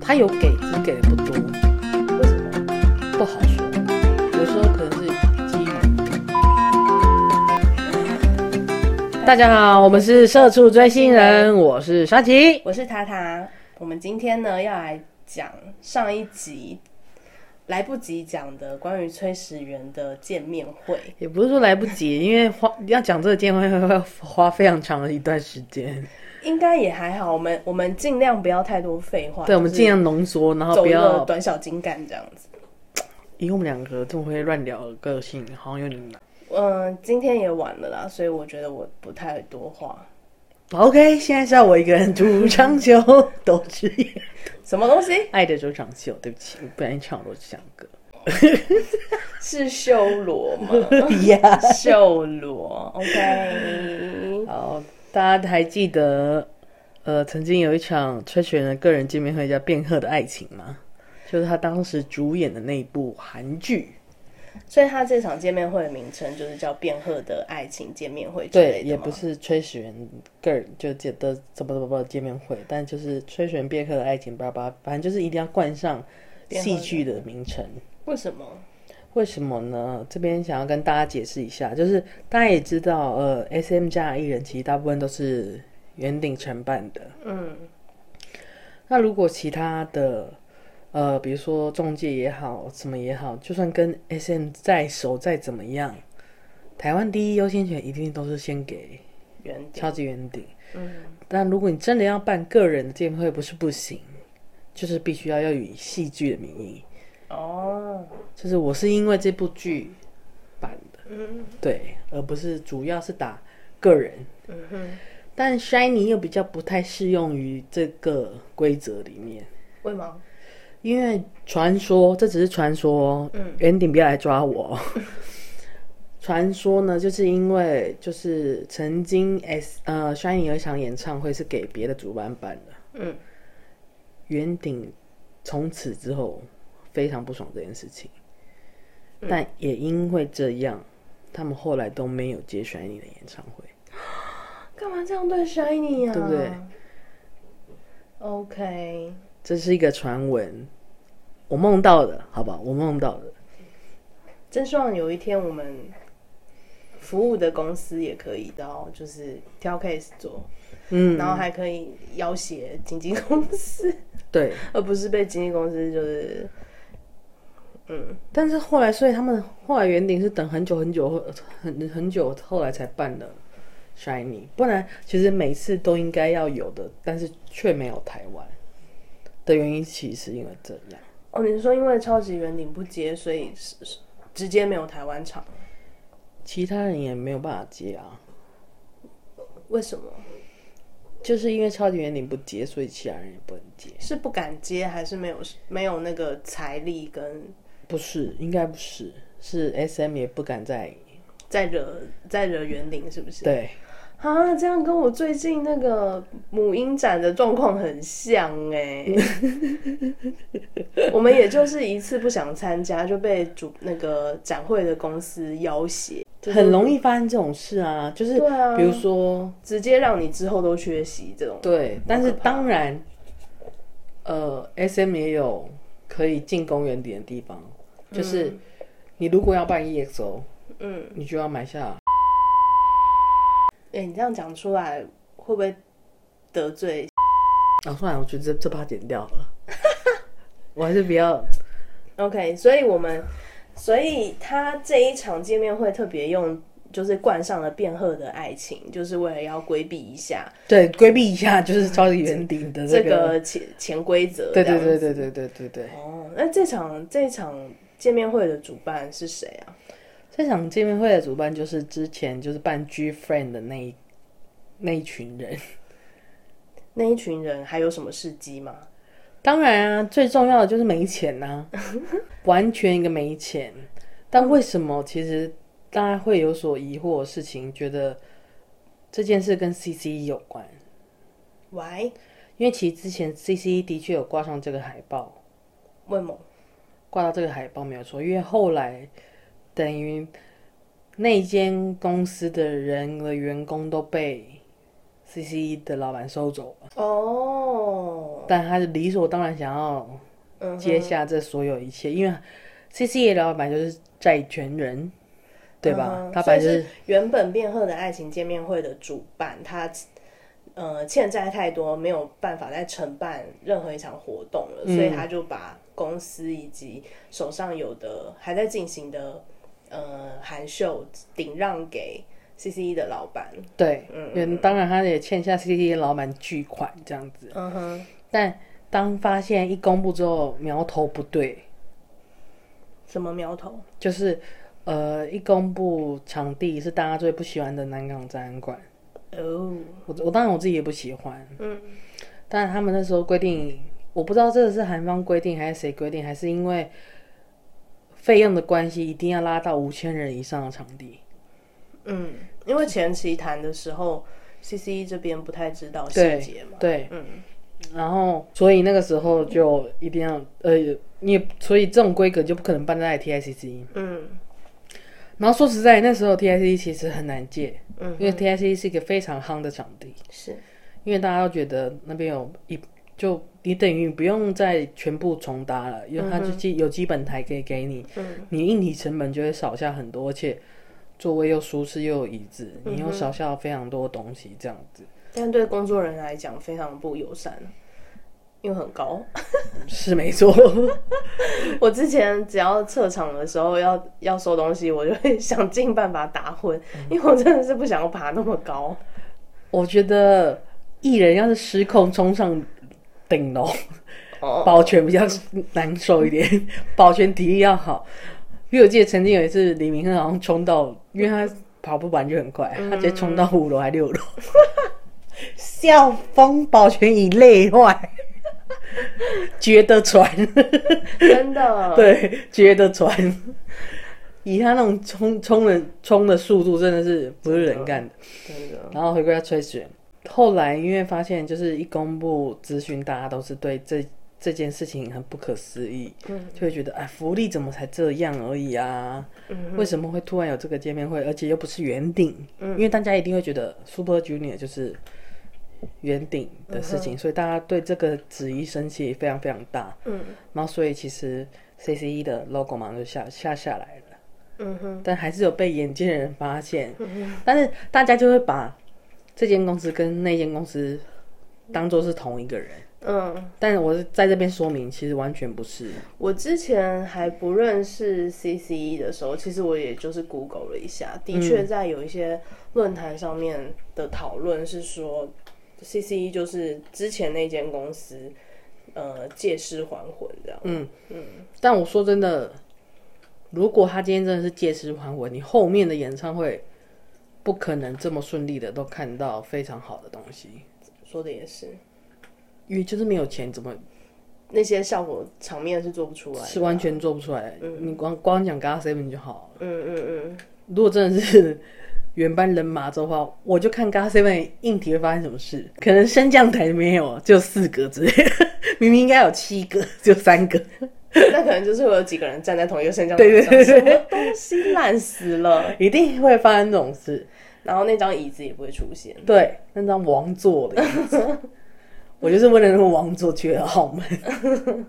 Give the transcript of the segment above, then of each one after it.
他有给，只是给的不多，为什么？不好说。有时候可能是基于。大家好，我们是社畜追星人，我是沙琪。我是塔塔，我们今天呢要来讲上一集来不及讲的关于崔始源的见面会。也不是说来不及，因为花要讲这个见面会要花非常长的一段时间。应该也还好，我们我们尽量不要太多废话，对，我们就是尽量浓缩，然后走不一个要短小精干这样子。以我们两个这么会乱聊的个性，好像有点难。嗯，今天也晚了啦，所以我觉得我不太会多话。 OK，现在是要我一个人主唱 秀，都是什么东 西爱的主场秀。对不起，我不然唱我都想歌。是修罗 吗？呀，修罗，OK。 好，大家还记得呃，曾经有一场崔雪人的个人见面会叫《变赫的爱情》吗？就是他当时主演的那一部韩剧，所以他这场见面会的名称就是叫“变赫的爱情见面会”之类的对，也不吗是崔始源个人就记得怎么怎么怎么见面会，但就是崔始源变赫的爱情，巴拉巴拉，反正就是一定要冠上变赫的戏剧的名称。为什么？为什么呢？这边想要跟大家解释一下，就是大家也知道，呃，S M 加艺人其实大部分都是圆顶承办的。嗯，那如果其他的，呃，比如说中介也好，什么也好，就算跟 S M 再熟再怎么样，台湾第一优先权一定都是先给原点。超级圆顶。嗯，但如果你真的要办个人的见面会，不是不行，就是必须要要以戏剧的名义，哦，就是我是因为这部剧办的。嗯对，而不是主要是打个人。嗯哼，但 Shiny 又比较不太适用于这个规则里面，为毛？因为传说这只是传说哦，嗯圆顶不要来抓我哦。 传说呢，就是因为就是曾经 S 呃 Shiny 有一场演唱会是给别的主办办的，嗯，圆顶从此之后非常不爽这件事情，嗯但也因为这样，他们后来都没有接 Shiny 的演唱会。干嘛这样对 Shiny 啊？对不对？OK，这是一个传闻，我梦到的，好吧，我梦到的。真希望有一天我们服务的公司也可以到，就是挑 case 做，嗯，然后还可以要挟经纪公司， 对，而不是被经纪公司就是，嗯，但是后来，所以他们后来圆顶是等很久很久后很很久后来才办的 Shiny，不然其实每次都应该要有的，但是却没有台湾的原因，其实是因为这样。哦，你是说因为超级圆顶不接，所以是是直接没有台湾场？其他人也没有办法接啊，为什么？就是因为超级圆顶不接，所以其他人也不能接。是不敢接，还是没有没有那个财力跟不是，应该不是，是 S M 也不敢再再惹再惹园林是不是？对，啊，这样跟我最近那个母婴展的状况很像哎、 我们也就是一次不想参加，就被主那个展会的公司要挟，就是很容易发生这种事啊，就是对啊比如说，直接让你之后都缺席这种。对，但是可怕当然，呃，S M 也有可以进公园点的地方，就是你如果要办 E X O，嗯，你就要买下。哎、你这样讲出来会不会得罪？啊，算了，我觉得这这把剪掉了， 我还是比较 OK，所以我们，所以他这一场见面会特别用，就是冠上了变赫的爱情，就是为了要规避一下对规避一下，就是超级圆顶的这呃个，个潜潜规则。对对这样对子对对对对对。哦，那这场这场见面会的主办是谁啊？这场见面会的主办就是之前就是办 G Friend 的那一那一群人。那一群人还有什么事迹吗？当然啊，最重要的就是没钱呐、完全一个没钱。但为什么其实大家会有所疑惑的事情，觉得这件事跟 CC 有关？喂，因为其实之前 CC 的确有挂上这个海报，为什么？挂到这个海报没有错。因为后来等于那间公司的人的员工都被 CCE 的老板收走了，哦，但他是理所当然想要嗯哼接下这所有一切，因为 CCE 的老板就是债权人，对吧？嗯哼他本来就所以是是原本变赫的爱情见面会的主办，他呃欠债太多，没有办法再承办任何一场活动了，所以他就把公司以及手上有的还在进行的呃韩秀顶让给 CCE 的老板。对，嗯嗯嗯，当然他也欠下 CCE 老板巨款这样子，嗯哼，但当发现一公布之后，苗头不对，什么苗头？就是呃，一公布场地是大家最不喜欢的南港展览馆，哦，我我当然我自己也不喜欢，嗯，但他们那时候规定，我不知道这个是韩方规定还是谁规定，还是因为费用的关系，一定要拉到五千人以上的场地，嗯，因为前期谈的时候，CCE 这边不太知道细对节嘛。对，嗯，然后所以那个时候就一定要呃，你也所以这种规格就不可能办在 TICC。嗯然后说实在，那时候 TIC 其实很难借，嗯，因为 TIC 是一个非常夯的场地，是，因为大家都觉得那边有一就你等于不用再全部重搭了，因为它就基有基本台可以给你，嗯你硬体成本就会少下很多，而且座位又舒适又有椅子，你又少下了非常多东西，这样子、但对工作人员来讲非常不友善，因为很高。是没错。 我之前只要撤场的时候要要收东西，我就会 想尽办法打昏，因为我真的是不想要爬那么高。我觉得艺人要是失控冲上顶楼，哦，保全比较难受一点， 保全体力要好。因为我记得曾经有一次，李明赫好像冲到，因为他跑步本来就很快，他直接冲到五楼还六楼， 笑疯保全已累坏， 哦觉得喘，真的，对，觉得喘。以他那种冲冲的冲的速度，真的是不是人干的。真的，然后回归到吹雪，后来因为发现就是一公布资讯，大家都是对这这件事情很不可思议，嗯就会觉得哎，福利怎么才这样而已啊？嗯为什么会突然有这个见面会，而且又不是圆顶？因为大家一定会觉得 Super Junior 就是圆顶的事情，所以大家对这个质疑声气非常非常大。嗯然后所以其实 CCE 的 logo 马上就下下下来了。嗯哼，但还是有被眼见人发现。嗯但是大家就会把这间公司跟那间公司当做是同一个人。嗯，但我是在这边说明，其实完全不是。我之前还不认识 CCE 的时候，其实我也就是 Google 了一下，的嗯确在有一些论坛上面的讨论是说，CCE 就是之前那间公司，呃，借尸还魂这样。嗯但我说真的，如果他今天真的是借尸还魂，你后面的演唱会不可能这么顺利的都看到非常好的东西，说的也是，因为就是没有钱，怎么那些效果场面是做不出来的啊、是完全做不出来。你光光讲 g a s Seven 就好了。嗯嗯嗯，如果真的是原班人马的话，我就看 g a s Seven 硬体会发生什么事。可能升降台没有，就四个之类的，明明应该有七个，就三个。那可能就是会有几个人站在同 一个升降台对上，对对什么东西烂死了，一定会发生这种事。然后那张椅子也不会出现。对，那张王座的椅子， 我就是为了那个王座去了澳门。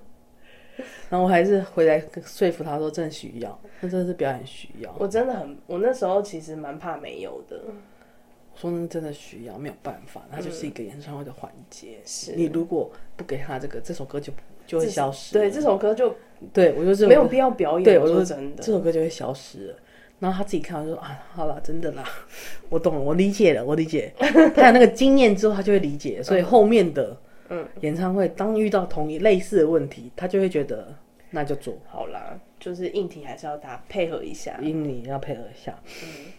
然后我还是回来说服他说，真的需要，那真的是表演需要。我真的很，我那时候其实蛮怕没有的。我说那真的需要，没有办法，它就是一个演唱会的环节。是你如果不给他这个，这首歌就不就会消失。对，这首歌就对我就是没有必要表演。对我我就说真的，这首歌就会消失了。然后他自己看完就说啊，好了，真的啦， 我懂了，我理解了，我理解。他有那个经验之后，他就会理解，所以后面的嗯演唱会，当遇到同一类似的问题，他就会觉得那就做，好啦，就是硬体还是要搭配合一下。因你要配合一下。嗯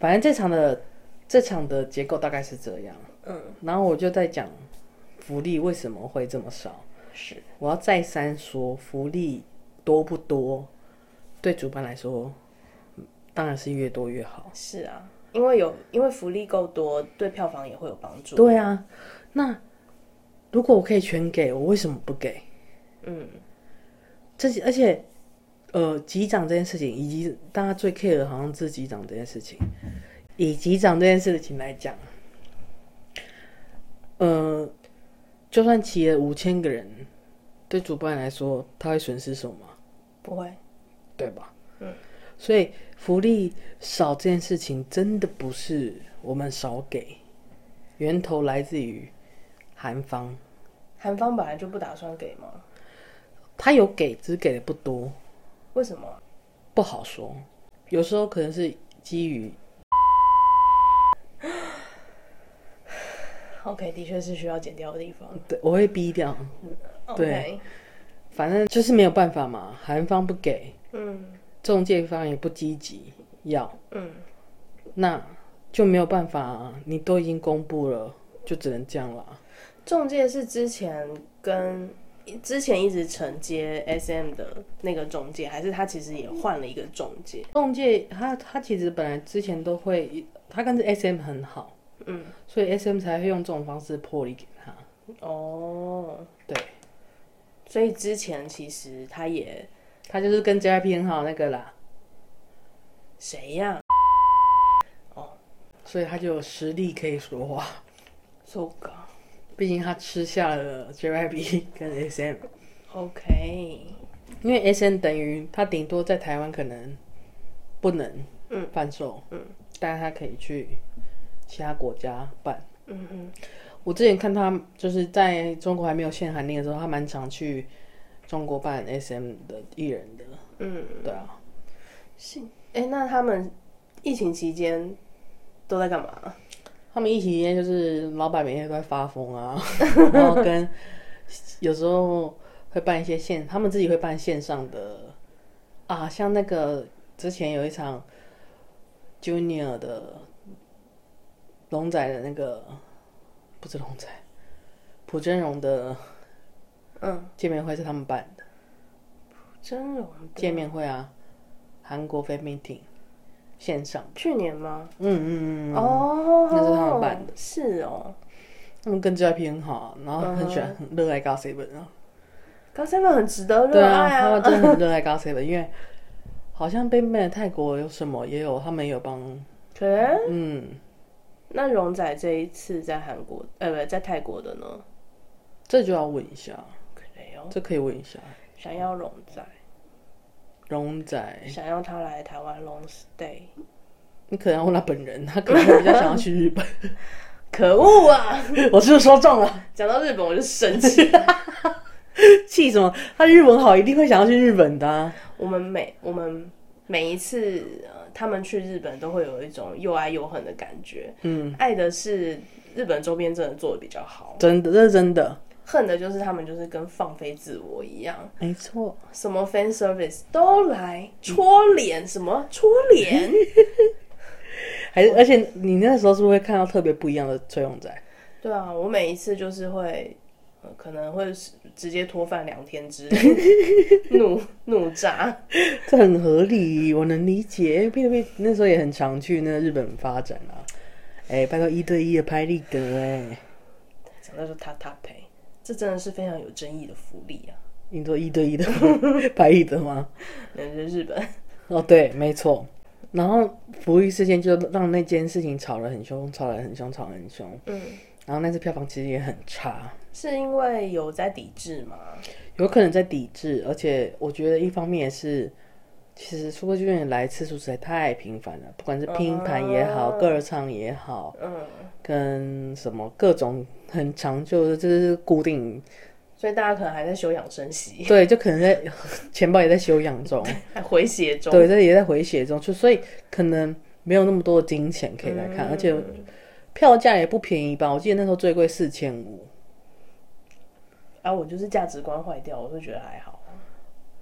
反正这场的这场的结构大概是这样。嗯，然后我就在讲福利为什么会这么少。是，我要再三说，福利多不多，对主办来说，嗯当然是越多越好。是啊，因为有因为福利够多，对票房也会有帮助。对啊，那如果我可以全给，我为什么不给？嗯，这而且，呃，级长这件事情，以及大家最 care 的好像是级长这件事情，以级长这件事情来讲，嗯、就算骑了五千个人，对主办来说，他会损失什么吗？不会，对吧？嗯，所以福利少这件事情真的不是我们少给，源头来自于韩方，韩方本来就不打算给吗？他有给，只是给的不多，为什么？不好说。有时候可能是基于 OK，的确是需要剪掉的地方。对，我会逼掉，对 OK，反正就是没有办法嘛，韩方不给，嗯中介方也不积极要，嗯，那就没有办法、啊，你都已经公布了，就只能这样了啊。中介是之前跟之前一直承接 SM 的那个中介，还是他其实也换了一个中介？中介他他其实本来之前都会，他跟 S M 很好，嗯，所以 S M 才会用这种方式破例给他。哦，对，所以之前其实他也他就是跟 J I P 很好那个啦，谁呀、所以他就有实力可以说话。 So god。毕竟他吃下了 J Y P 跟 S M， OK，因为 S M 等于他顶多在台湾可能不能嗯贩售，嗯，但是他可以去其他国家办。嗯哼，我之前看他就是在中国还没有限韩令的时候，他蛮常去中国办 S M 的艺人的。嗯，对啊，是，哎、那他们疫情期间都在干嘛？他们一起间就是老板每天都在发疯啊，然后跟有时候会办一些线，他们自己会办线上的啊，像那个之前有一场 Junior 的龙仔的那个不是龙仔，朴真荣的嗯，见面会是他们办的真容见面会啊，韩国 fan meeting 线上，去年吗？嗯嗯嗯，哦，那是他们办的，是哦。他们跟 JYP 很好啊，然后很喜欢很热爱 GOT7 啊。高三们很值得对热啊，爱他啊们！真的很热爱 GOT7，因为好像被 ban 的泰国有什么也有，他们也有帮，可、能嗯，那荣仔这一次在韩国，呃，不，在泰国的呢？这就要问一下，可能哦，这可以问一下，想要荣仔，荣仔，想要他来台湾 long stay，你可能要问他本人，他可能会比较想要去日 本，可恶啊！我是不是说中了？讲到日本我就生气。气什么？他日文好，一定会想要去日本的啊、我们每我们每一次、呃、他们去日本都会有一种又爱又恨的感觉，嗯，爱的是日本周边真的做的比较好，真的，这是真的，恨的就是他们就是跟放飞自我一样，没错，什么 fan service 都来戳脸，什么戳脸，还是而且你那时候是不是会看到特别不一样的崔永仔？ 对啊，我每一次就是会。呃可能会是直接脱饭两天之类，怒怒炸。这很合理，我能理解。B to B 那时候也很常去那个日本发展啊，哎、拜托一对一的拍立得、哎，讲到说他他赔，这真的是非常有争议的福利啊！你说一对一的 拍立得吗？那是日本，哦，对，没错。然后福利事件就让那件事情吵得很凶，吵得很凶，吵得很凶。嗯，然后那次票房其实也很差，是因为有在抵制吗？有可能在抵制，而且我觉得一方面也是，其实 Super Junior 来次数实在太频繁了，不管是拼盘也好，个唱也好，啊嗯，跟什么各种很长久的，就是固定，所以大家可能还在休养生息， 对，就可能在 钱包也在休养中，还回血中。对，这也在回血中，就所以可能没有那么多的金钱可以来看，嗯而且票价也不便宜吧？我记得那时候最贵四千五，啊，我就是价值观坏掉，我就觉得还好。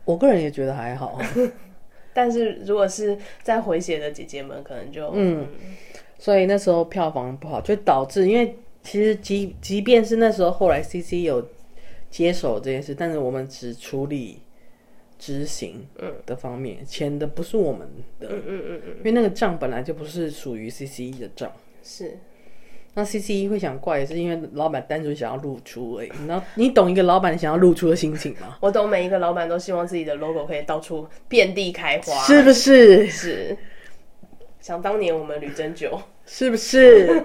我个人也觉得还好， 但是如果是在回血的姐姐们，可能就嗯所以那时候票房不好，就导致因为其实即即便是那时候后来 CC 有接手这件事，但是我们只处理执行的方面，钱的不是我们的。嗯嗯嗯嗯，因为那个账本来就不是属于 CCE 的账，是那 CCE 会想怪也是因为老板单纯想要露出而已。你知道，你懂一个老板想要露出的心情吗？我懂，每一个老板都希望自己的 logo 可以到处遍地开花，是不是？是。想当年我们吕珍九，是不是？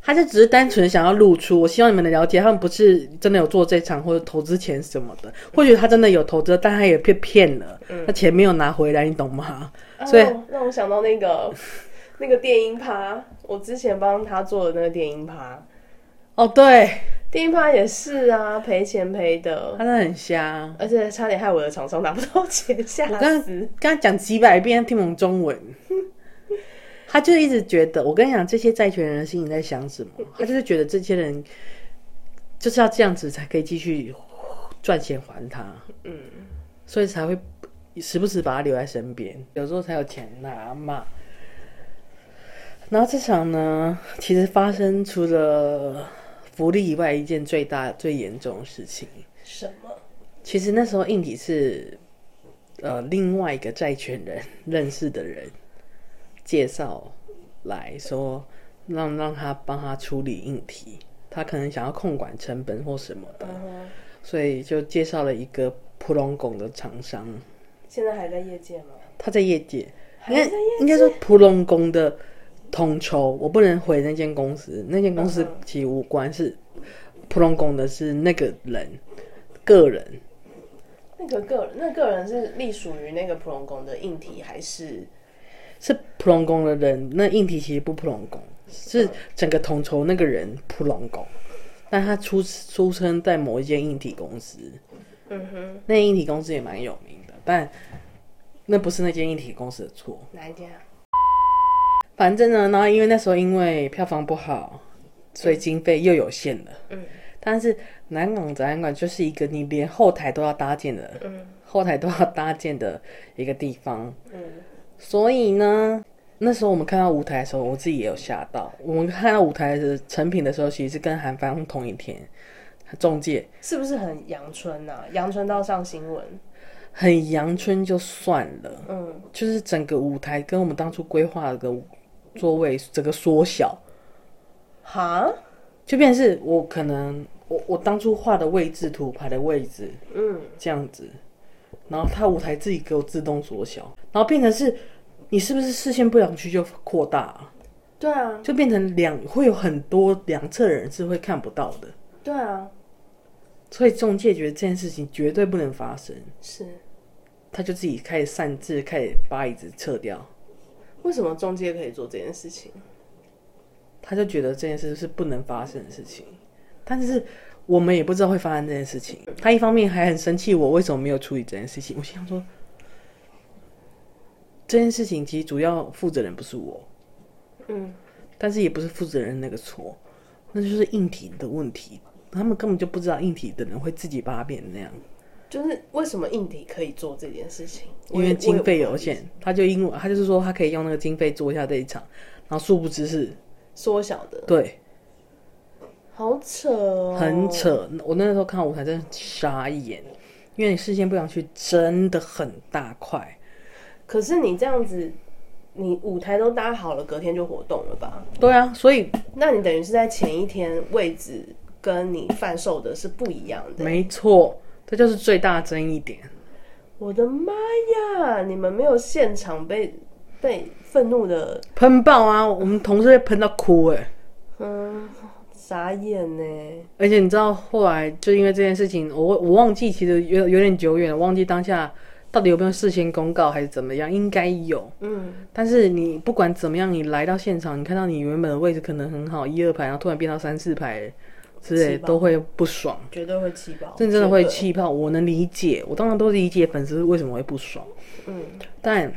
他就只是单纯想要露出。我希望你们能了解，他们不是真的有做这场或者投资钱什么的。或许他真的有投资，但他也被骗了，他钱没有拿回来，你懂吗？啊 所以让我让我想到那个那个电音趴，我之前帮他做的那个电音趴，哦，对，电音趴也是啊，赔钱赔的他，真的很瞎。而且差点害我的厂商拿不到钱，吓我刚死！跟他讲几百遍，他听不懂中文。他就一直觉得，我跟你讲，这些债权人的心里在想什么？他就是觉得这些人就是要这样子才可以继续赚钱还他，嗯，所以才会时不时把他留在身边，有时候才有钱拿嘛。然后这场呢，其实发生除了福利以外，一件最大最严重的事情。什么？其实那时候硬体是，呃，另外一个债权人认识的人介绍来说，让让他帮他处理硬体，他可能想要控管成本或什么的，嗯哼，所以就介绍了一个普龙拱的厂商，现在还在业界吗？他在业界，还应该在应该说普龙宫的统筹，我不能回那间公司，那间公司嗯哼其实无关，是普龙宫的是那个人个人。那个个人，那个人是隶属于那个普隆宫的硬体还是？是普龙宫的人，那硬体其实不普龙宫，是整个统筹那个人普龙宫，但他出出生在某一间硬体公司，嗯哼，那硬体公司也蛮有名的，但那不是那间硬体公司的错。哪一家？反正呢，然后因为那时候因为票房不好，所以经费又有限了。嗯但是南港展览馆就是一个你连后台都要搭建的，嗯后台都要搭建的一个地方。嗯所以呢，那时候我们看到舞台的时候，我自己也有吓到。我们看到舞台的成品的时候，其实是跟韩方同一天，中介是不是很阳春呐、啊？阳春到上新闻。很阳春就算了，嗯，就是整个舞台跟我们当初规划的座位整个缩小，哈，就变成是我可能我我当初画的位置图排的位置嗯，这样子，然后它舞台自己给我自动缩小，然后变成是你是不是视线不良区就扩大啊、对啊，就变成两会有很多两侧人是会看不到的，对啊，所以中介觉得这件事情绝对不能发生，是。他就自己开始擅自开始把椅子撤掉，为什么中介可以做这件事情？他就觉得这件事是不能发生的事情，但是我们也不知道会发生这件事情。他一方面还很生气我为什么没有处理这件事情，我心想说，这件事情其实主要负责人不是我，嗯，但是也不是负责人那个错，那就是硬体的问题。他们根本就不知道硬体的人会自己把它变成那样，就是为什么硬体可以做这件事情？因我也为经费有，我也限，他就因为他就是说他可以用那个经费做一下这一场，然后殊不知是缩小的，对，好扯哦，很。扯。我那时候看到舞台真的傻眼，因为你视线不想去，真的很大块。可是你这样子，你舞台都搭好了，隔天就活动了吧？对啊，所以那你等于是在前一天位置跟你贩售的是不一样的。没错，这就是最大的争议点。我的妈呀！你们没有现场被被愤怒的，喷爆啊！我们同事被喷到哭哎、嗯，傻眼呢。而且你知道后来就因为这件事情，我我忘记其实有有点久远了，忘记当下到底有没有事先公告还是怎么样，应该有。嗯，但是你不管怎么样，你来到现场，你看到你原本的位置可能很好，一二排，然后突然变到三四排之类气，爆都会不爽，绝对会气爆，这真的会绝对。气泡。我能理解，我当然都理解粉丝为什么会不爽，嗯，但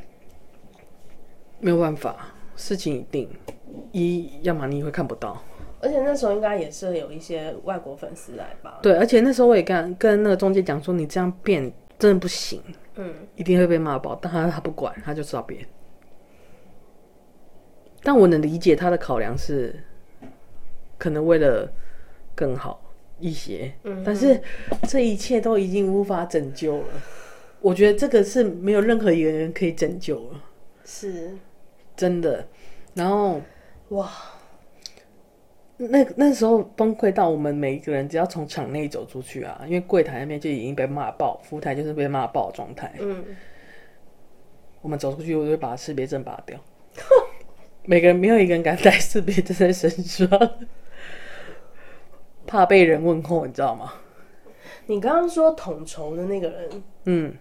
没有办法，事情一定一，要么你会看不到。而且那时候应该也是有一些外国粉丝来吧？对，而且那时候我也跟跟那个中介讲说，你这样变真的不行，嗯，一定会被骂爆。但他他不管，他就知道变。但我能理解他的考量是，可能为了更好一些，嗯哼但是这一切都已经无法拯救了。我觉得这个是没有任何一个人可以拯救了，是真的。然后哇，那那时候崩溃到我们每一个人只要从场内走出去啊，因为柜台那边就已经被骂爆，服务台就是被骂爆的状态。嗯，我们走出去，我就会把识别证拔掉。每个人没有一个人敢带识别证在身上，怕被人问候，你知道吗？你刚刚说统筹的那个人嗯，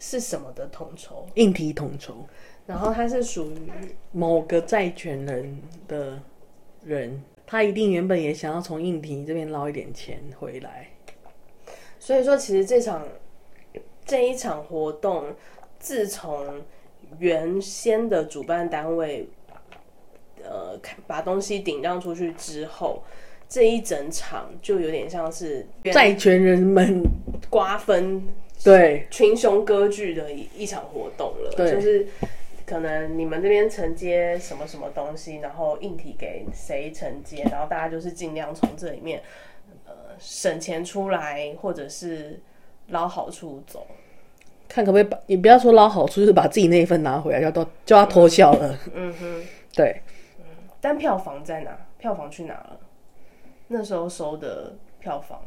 是什么的统筹？硬体统筹，然后他是属于某个债权人的人，他一定原本也想要从硬体这边捞一点钱回来。所以说，其实这场这一场活动，自从原先的主办单位呃开把东西顶让出去之后，这一整场就有点像是债权人们瓜分对群雄割据的一一场活动了，对就是。可能你们这边承接什么什么东西，然后硬体给谁承接，然后大家就是尽量从这里面，呃，省钱出来，或者是捞好处走。看可不可以把你不要说捞好处，就是把自己那一份拿回来，叫到叫他偷笑了。嗯哼，对，嗯但票房在哪？票房去哪了？那时候收的票房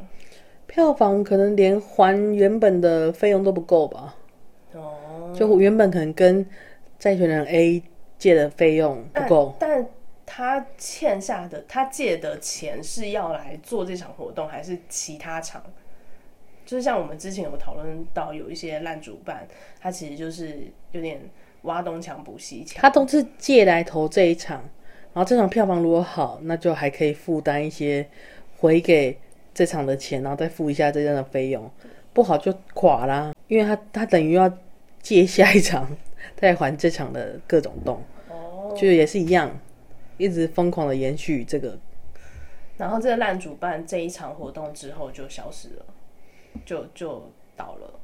票房可能连还原本的费用都不够吧，哦，就原本可能跟债权人 A 借的费用嗯不够，但他欠下的，他借的钱是要来做这场活动，还是其他场？就是像我们之前有讨论到，有一些烂主办，他其实就是有点挖东墙补西墙。他都是借来投这一场，然后这场票房如果好，那就还可以负担一些回给这场的钱，然后再付一下这样的费用，不好就垮啦，因为他他等于要借下一场 再还这场的各种洞，哦，就也是一样，一直疯狂的延续这个然后这个烂主办这一场活动之后就消失了，就就倒了。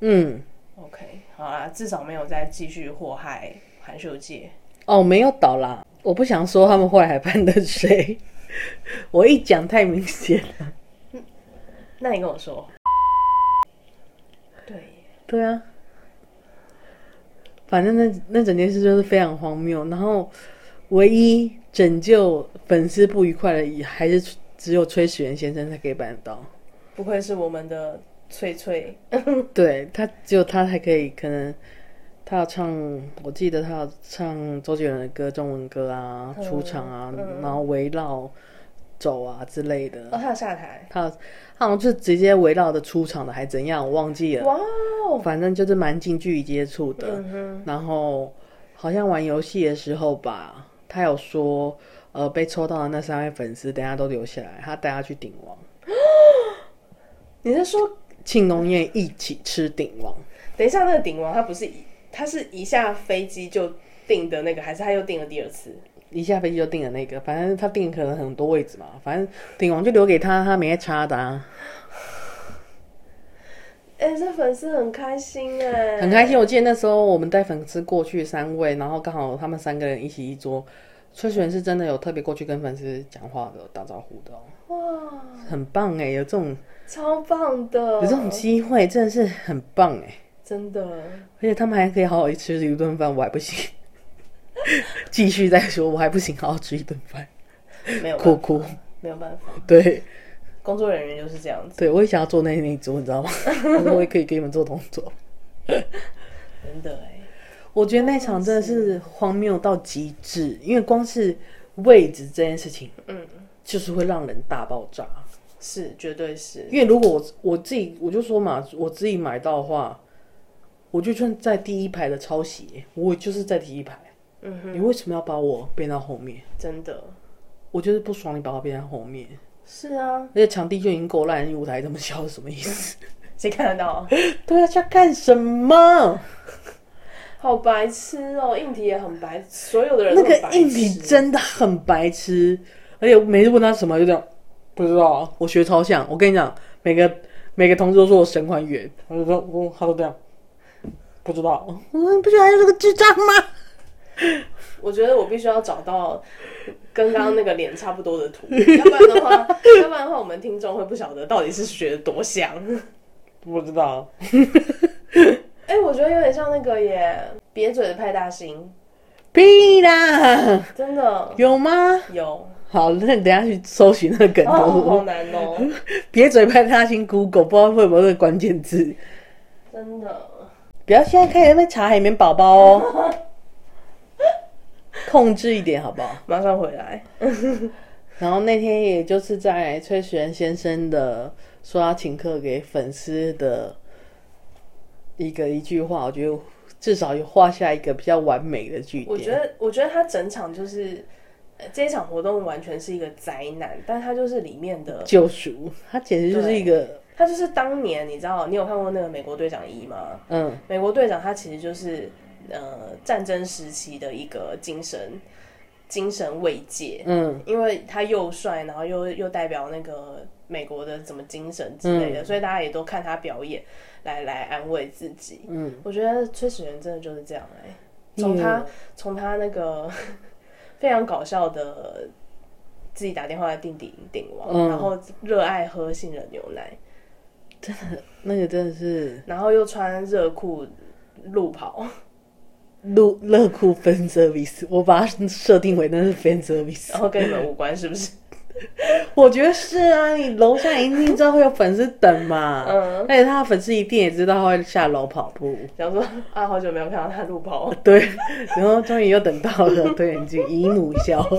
嗯。 OK，好啦，至少没有再继续祸害韩秀界。哦，没有倒啦，我不想说他们后来还办的谁， 我一讲太明显。那你跟我说，对耶，对啊，反正那那整件事就是非常荒谬。然后，唯一拯救粉丝不愉快的，也还是只有崔始源先生才可以办得 到。不愧是我们的翠翠。对他，只有他才可以，可能。他要唱，我记得他要唱周杰伦的歌，中文歌啊，嗯出场啊，嗯然后围绕走啊之类的。哦，他有下台，他他好像是直接围绕着出场的，还怎样，我忘记了。哇哦，反正就是蛮近距离接触的。嗯哼，然后好像玩游戏的时候吧，他有说，呃，被抽到的那三位粉丝，等一下都留下来，他带他去鼎王，你是说，庆农宴一起吃鼎王。等一下那个鼎王他不是一，他是一下飞机就订的那个，还是他又订了第二次？一下飞机就订了那个，反正他订可能很多位置嘛，反正鼎王就留给他，他没在差的、啊，哎、这粉丝很开心哎，很开心。我记得那时候我们带粉丝过去三位，然后刚好他们三个人一起一桌，崔璇是真的有特别过去跟粉丝讲话的、打招呼的哦、哇，很棒哎、有这种超棒的，有这种机会，真的是很棒哎、真的，而且他们还可以好好吃一顿饭，我还不行。 继续再说，我还不行，好好吃一顿饭，没有哭办法，哭。没有办法，对工作人员就是这样子，对，我也想要做那那一桌，你知道吗？ 我也可以给你们做动作。真的哎，我觉得那场真的是荒谬到极致，因为光是位置这件事情，嗯，就是会让人大爆炸。是绝对是，因为如果我我自己，我就说嘛，我自己买到的话，我就算在第一排的抄袭，我就是在第一排。嗯哼，你为什么要把我变到后面？真的我就是不爽你把我变到后面，是啊，而且场地就已经够烂，你舞台这么小，什么意思？谁看得到？ 对啊，要干什么？好白痴哦，硬体也很白，所有的人那都很个白痴硬体真的很白痴，而且我每次问他什么，就这样不知道啊。我学超像，我跟你讲，每个每个同事都说我神还原，我就说我他都这样，不知道，我说嗯你不觉得他就是个智障吗？我觉得我必须要找到跟刚刚那个脸差不多的 图，要不然的话，要不然的话，我们听众会不晓得到底是学的多像。不知道，哎、我觉得有点像那个耶，瘪嘴的派大星，屁啦，真的有吗？有。好，那你等一下去搜寻那个梗哦，好图，难哦，别嘴拍他新 Google，不知道会不会有那个关键字。真的。不要现在开始在那边查海绵宝宝哦。控制一点好不好？马上回来。然后那天也就是在崔始源先生的说要请客给粉丝的一个一句话，我觉得至少有画下一个比较完美的句我点。觉得，我觉得他整场就是呃这一场活动完全是一个灾难，但他就是里面的，救赎，他简直就是一个他就是当年你知道，你有看过那个美国队长一吗？嗯，美国队长他其实就是呃战争时期的一个精神精神慰藉，嗯，因为他又帅，然后又又代表那个美国的什么精神之类的，所以大家也都看他表演来来安慰自己。嗯，我觉得崔始源真的就是这样哎、从他从他那个 非常搞笑的。自己打电话来订鼎鼎王，嗯然后热爱喝杏仁牛奶，那个真的是然后又穿热裤路跑，乐乐酷 fan service，我把它设定为那是 fan service。然后跟你们无关，是不是？ 我觉得是啊，你楼下一定知道会有粉丝等嘛，嗯，而且他的粉丝一定也知道他会下楼跑步，想说啊，好久没有看到他路跑，对，然后终于又等到了，对，你就姨母笑，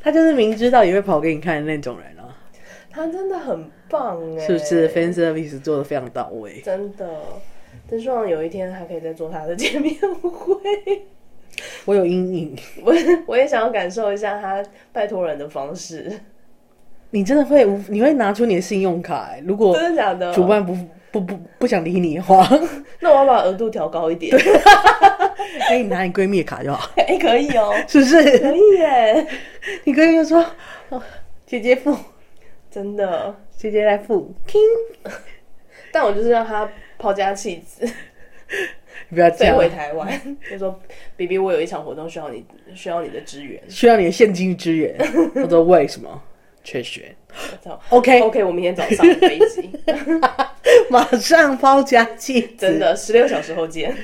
他就是明知道也会跑给你看的那种人啊， 他真的很棒哎，是不是？fan service 做的非常到位，真的，真希望有一天还可以再做他的见面会。 我有阴影，我我也想要感受一下他拜托人的方式，你真的会无，你会拿出你的信用卡、欸如果真的假的？主办不不不不想理你的话， 那我要把额度调高一点。哎、你拿你闺蜜的卡就好， 哎、可以 哦，是不是？可以耶，你闺蜜就说，哦姐姐付，真的。姐姐来付，听，但我就是让他抛家弃 子，你不要这飞样，回台湾，就说：“B B，我有一场活动需要你，需要你的支援。需要你的现金支 援。我说为什么？缺血。我操 OK， OK，我明天早上的飞机，马上抛家弃子，真的十六小时后见。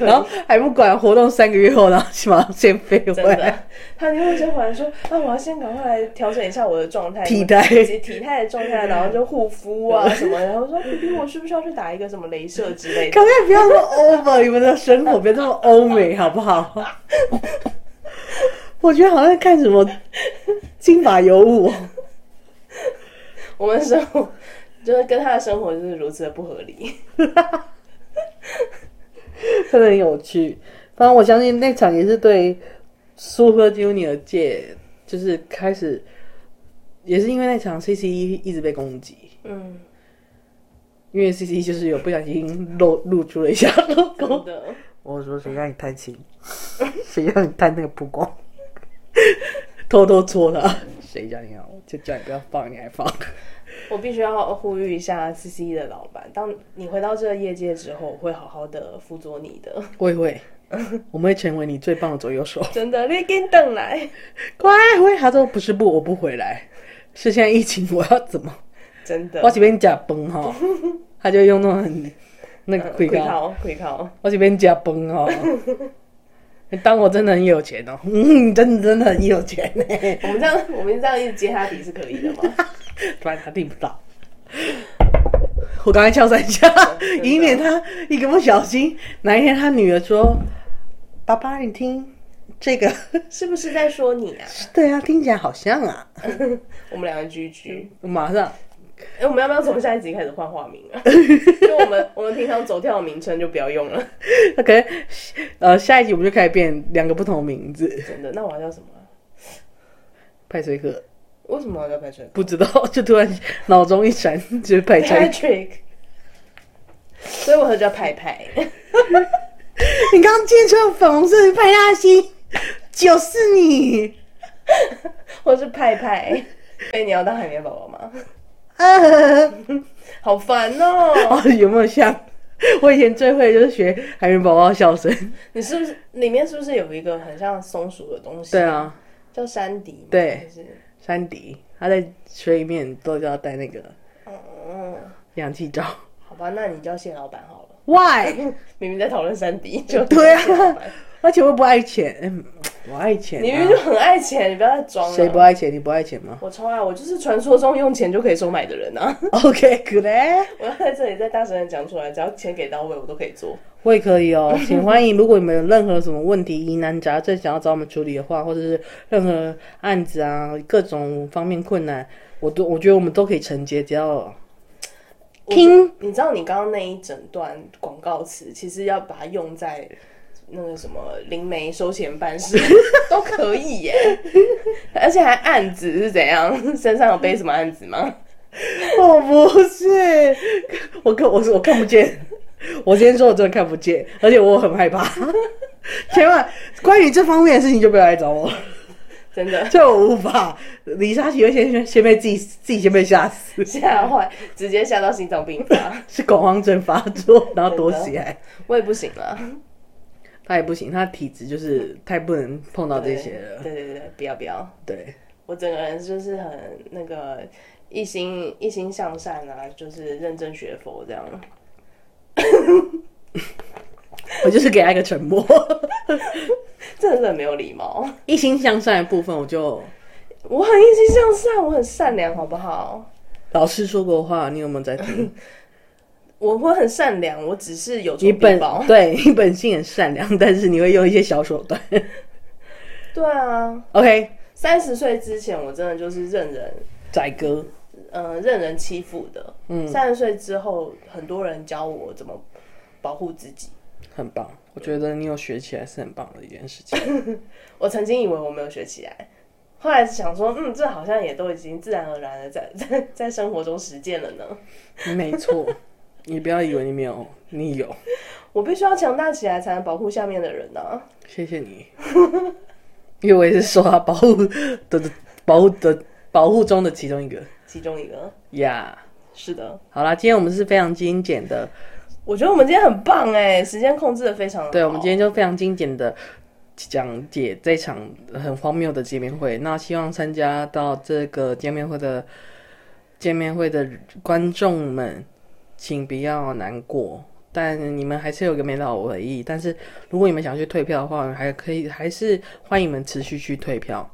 然后还不管活动三个月后，然后马上先飞回真来。的，他就会先回来说：“啊，我要先赶快来调整一下我的状态，体态以及体态的状态，然后就护肤啊什么。”然后说：“B B，我需不需要去打一个什么镭射之类 的可不可以不要那么 over？你们的生活别这么欧 美，好不好？ 我觉得好像在看什么金发尤物。？”我们的生活就是跟他的生活就是如此的不合理。真的很有趣。反正我相信那场也是对 Super Junior 界，就是开始，也是因为那场 CC 一直被攻击，嗯，因为 CC 就是有不小心露露出了一下 logo。真的，我说谁让你贪心， 谁让你贪那个曝光，偷偷戳他，谁叫你要，就叫你不要放，你还放。我必须要呼吁一下 C C 的老板，当你回到这个业界之后，我会好好的辅佐你的。我也会，我们会成为你最棒的左右 手。真的，你给等来，乖，回他说不是不，我不回来，是现在疫情，我要怎么？真的我。这边假崩 哈，他就用那种很那个鬼跪高，靠，跪靠，我这边假崩哈。 当我真的很有钱哦，嗯，真的真的很有钱呢、 我们这样， 我们这样一直接他底是可以的吗？ 突然他听不到。我刚才敲三下，哦真的以免他一个不小心，哪一天他女儿说：“爸爸，你听这个，是不是在说你啊？对啊，听起来好像啊。我们两个居居，”马上哎、我们要不要从下一集开始换化名 啊？就我们我们平常走跳的名称就不要用了，那可能呃下一集我们就开始变两个不同的名字，真的。那我要叫什么啊、派崔克。为什么我要叫 Patrick？不知道，就突然脑中一闪，就是派啊崔克。 Patrick，所以我叫派派。 你刚刚接触到粉红色的派大星，就是你。或是派派。所以你要当海绵宝宝吗？呃，好烦哦、哦，有没有像？我以前最会就是学海绵宝宝笑声。你是不是里面是不是有一个很像松鼠的东西？对，啊，叫山迪。对就是山迪他在水里面都要戴那个嗯，氧气罩。好吧，那你叫谢老板好了。 Why？ 明明在讨论山迪，就对啊谢老板而且我又不爱钱，嗯，我爱钱、你明明啊，就很爱钱，你不要再装了。谁不爱钱？你不爱钱吗我超爱，我就是传说中用钱就可以收买的人啊！ ？OK，可嘞，我要在这里在大声的讲出来，只要钱给到位，我都可以做。我也可以哦。 请欢迎，如果你们有任何什么问题、疑难杂症想要找我们处理的话，或者是任何案子啊，各种方面困难，我都我觉得我们都可以承接，只要我听你知道你刚刚那一整段广告词，其实要把它用在那个什么灵媒收钱 办事 都可以耶，而且还案子是怎 样？身上有背什么案子吗？我哦不是，我看我是我看不见， 我今天说我真的看不见，而且我很害怕。 千万，关于这方面的事情就不要来找我， 真的 这我无法。李莎琪会先先先被自己自己先被吓死，吓坏，直接吓到心脏病发，是恐慌症发作，然后躲起来。我也不行了。他也不行，他体质就是太不能碰到这些了。对对对对，不要不要。对，我整个人就是很那个一心一心向善啊，就是认真学佛这样。我就是给他一个沉默。真的是很没有礼貌。一心向善的部分，我就我很一心向善，我很善良，好不好？老师说过的话，你有没有在听？我我很善良，我只是有你仇必本报。对你本性很善良，但是你会用一些小手段。 对啊， OK，三十岁之前我真的就是任人宰割。呃任人欺负的。嗯，三十岁之后，很多人教我怎么保护自己。很棒，我觉得你有学起来是很棒的一件事情。我曾经以为我没有学起来，后来想说，嗯，这好像也都已经自然而然的在 在在生活中实践了呢。没错，你不要以为你没有，你有。我必须要强大起来，才能保护下面的人呢、啊谢谢你，因为我也是受他保护的的保护的保护中的其中一个其中一个呀。是的，好啦，今天我们是非常精简的，我觉得我们今天很棒哎，时间控制的非常好。对，我们今天就非常精简的讲解这场很荒谬的见面会。那希望参加到这个见面会的见面会的观众们，请不要难过，但你们还是有个美好的回忆。但是如果你们想去退票的话，还可以，还是欢迎你们持续去退票。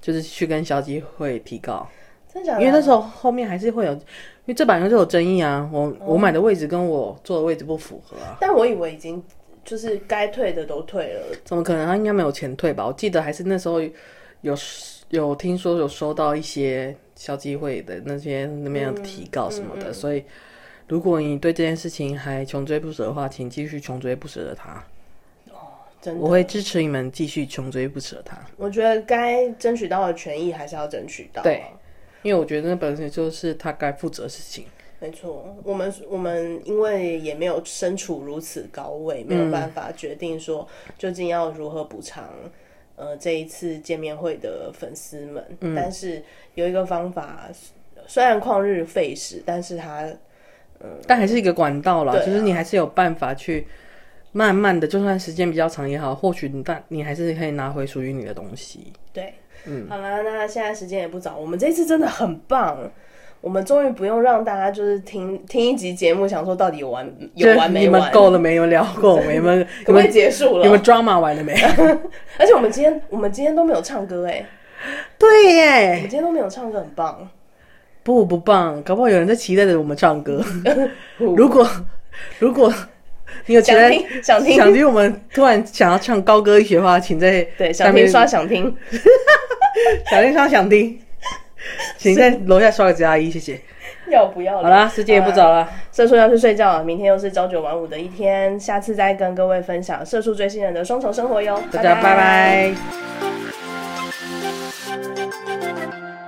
就是去跟消基会提告，真假的因为那时候后面还是会有，因为这版就是有争议啊。哦我我买的位置跟我坐的位置不符合啊。但我以为已经就是该退的都退了，怎么可能？他应该没有钱退吧？我记得还是那时候有有听说有收到一些消基会的那些那边的提告什么嗯的，所以如果你对这件事情还穷追不舍的话，请继续穷追不舍的他，真的。我会支持你们继续穷追不舍他，我觉得该争取到的权益还是要争取到。对，因为我觉得那本身就是他该负责的事情。没错，我们我们因为也没有身处如此高位，没嗯有办法决定说究竟要如何补偿。呃，这一次见面会的粉丝们，嗯但是有一个方法，虽然旷日费时，但是它但还是一个管道啦，对啊就是你还是有办法去慢慢的，就算时间比较长也好，或许你但你还是可以拿回属于你的东西。对，嗯，好啦，那现在时间也不早，我们这一次真的很棒，我们终于不用让大家就是听听一集节目，想说到底有完有就是完没你们完，可够了没？有聊 够没？你们你不们可以结束你了？们 drama 完了没？而且我们今天我们今天都没有唱歌哎，对我耶，们今天都没有唱歌，很棒。不不棒，搞不好有人在期待着我们唱 歌。不如果如果你有期想待听想听想听我们突然想要唱高歌一曲的话，请在 对，下想面听刷想听，小听刷想听， 请在楼下刷个加一，谢谢。 要不要脸？好啦，时间也不好啦。早了，呃社畜要去睡觉了，明天又是朝九晚五的一天，下次再跟各位分享社畜追星人的双重生活哟。大家拜拜。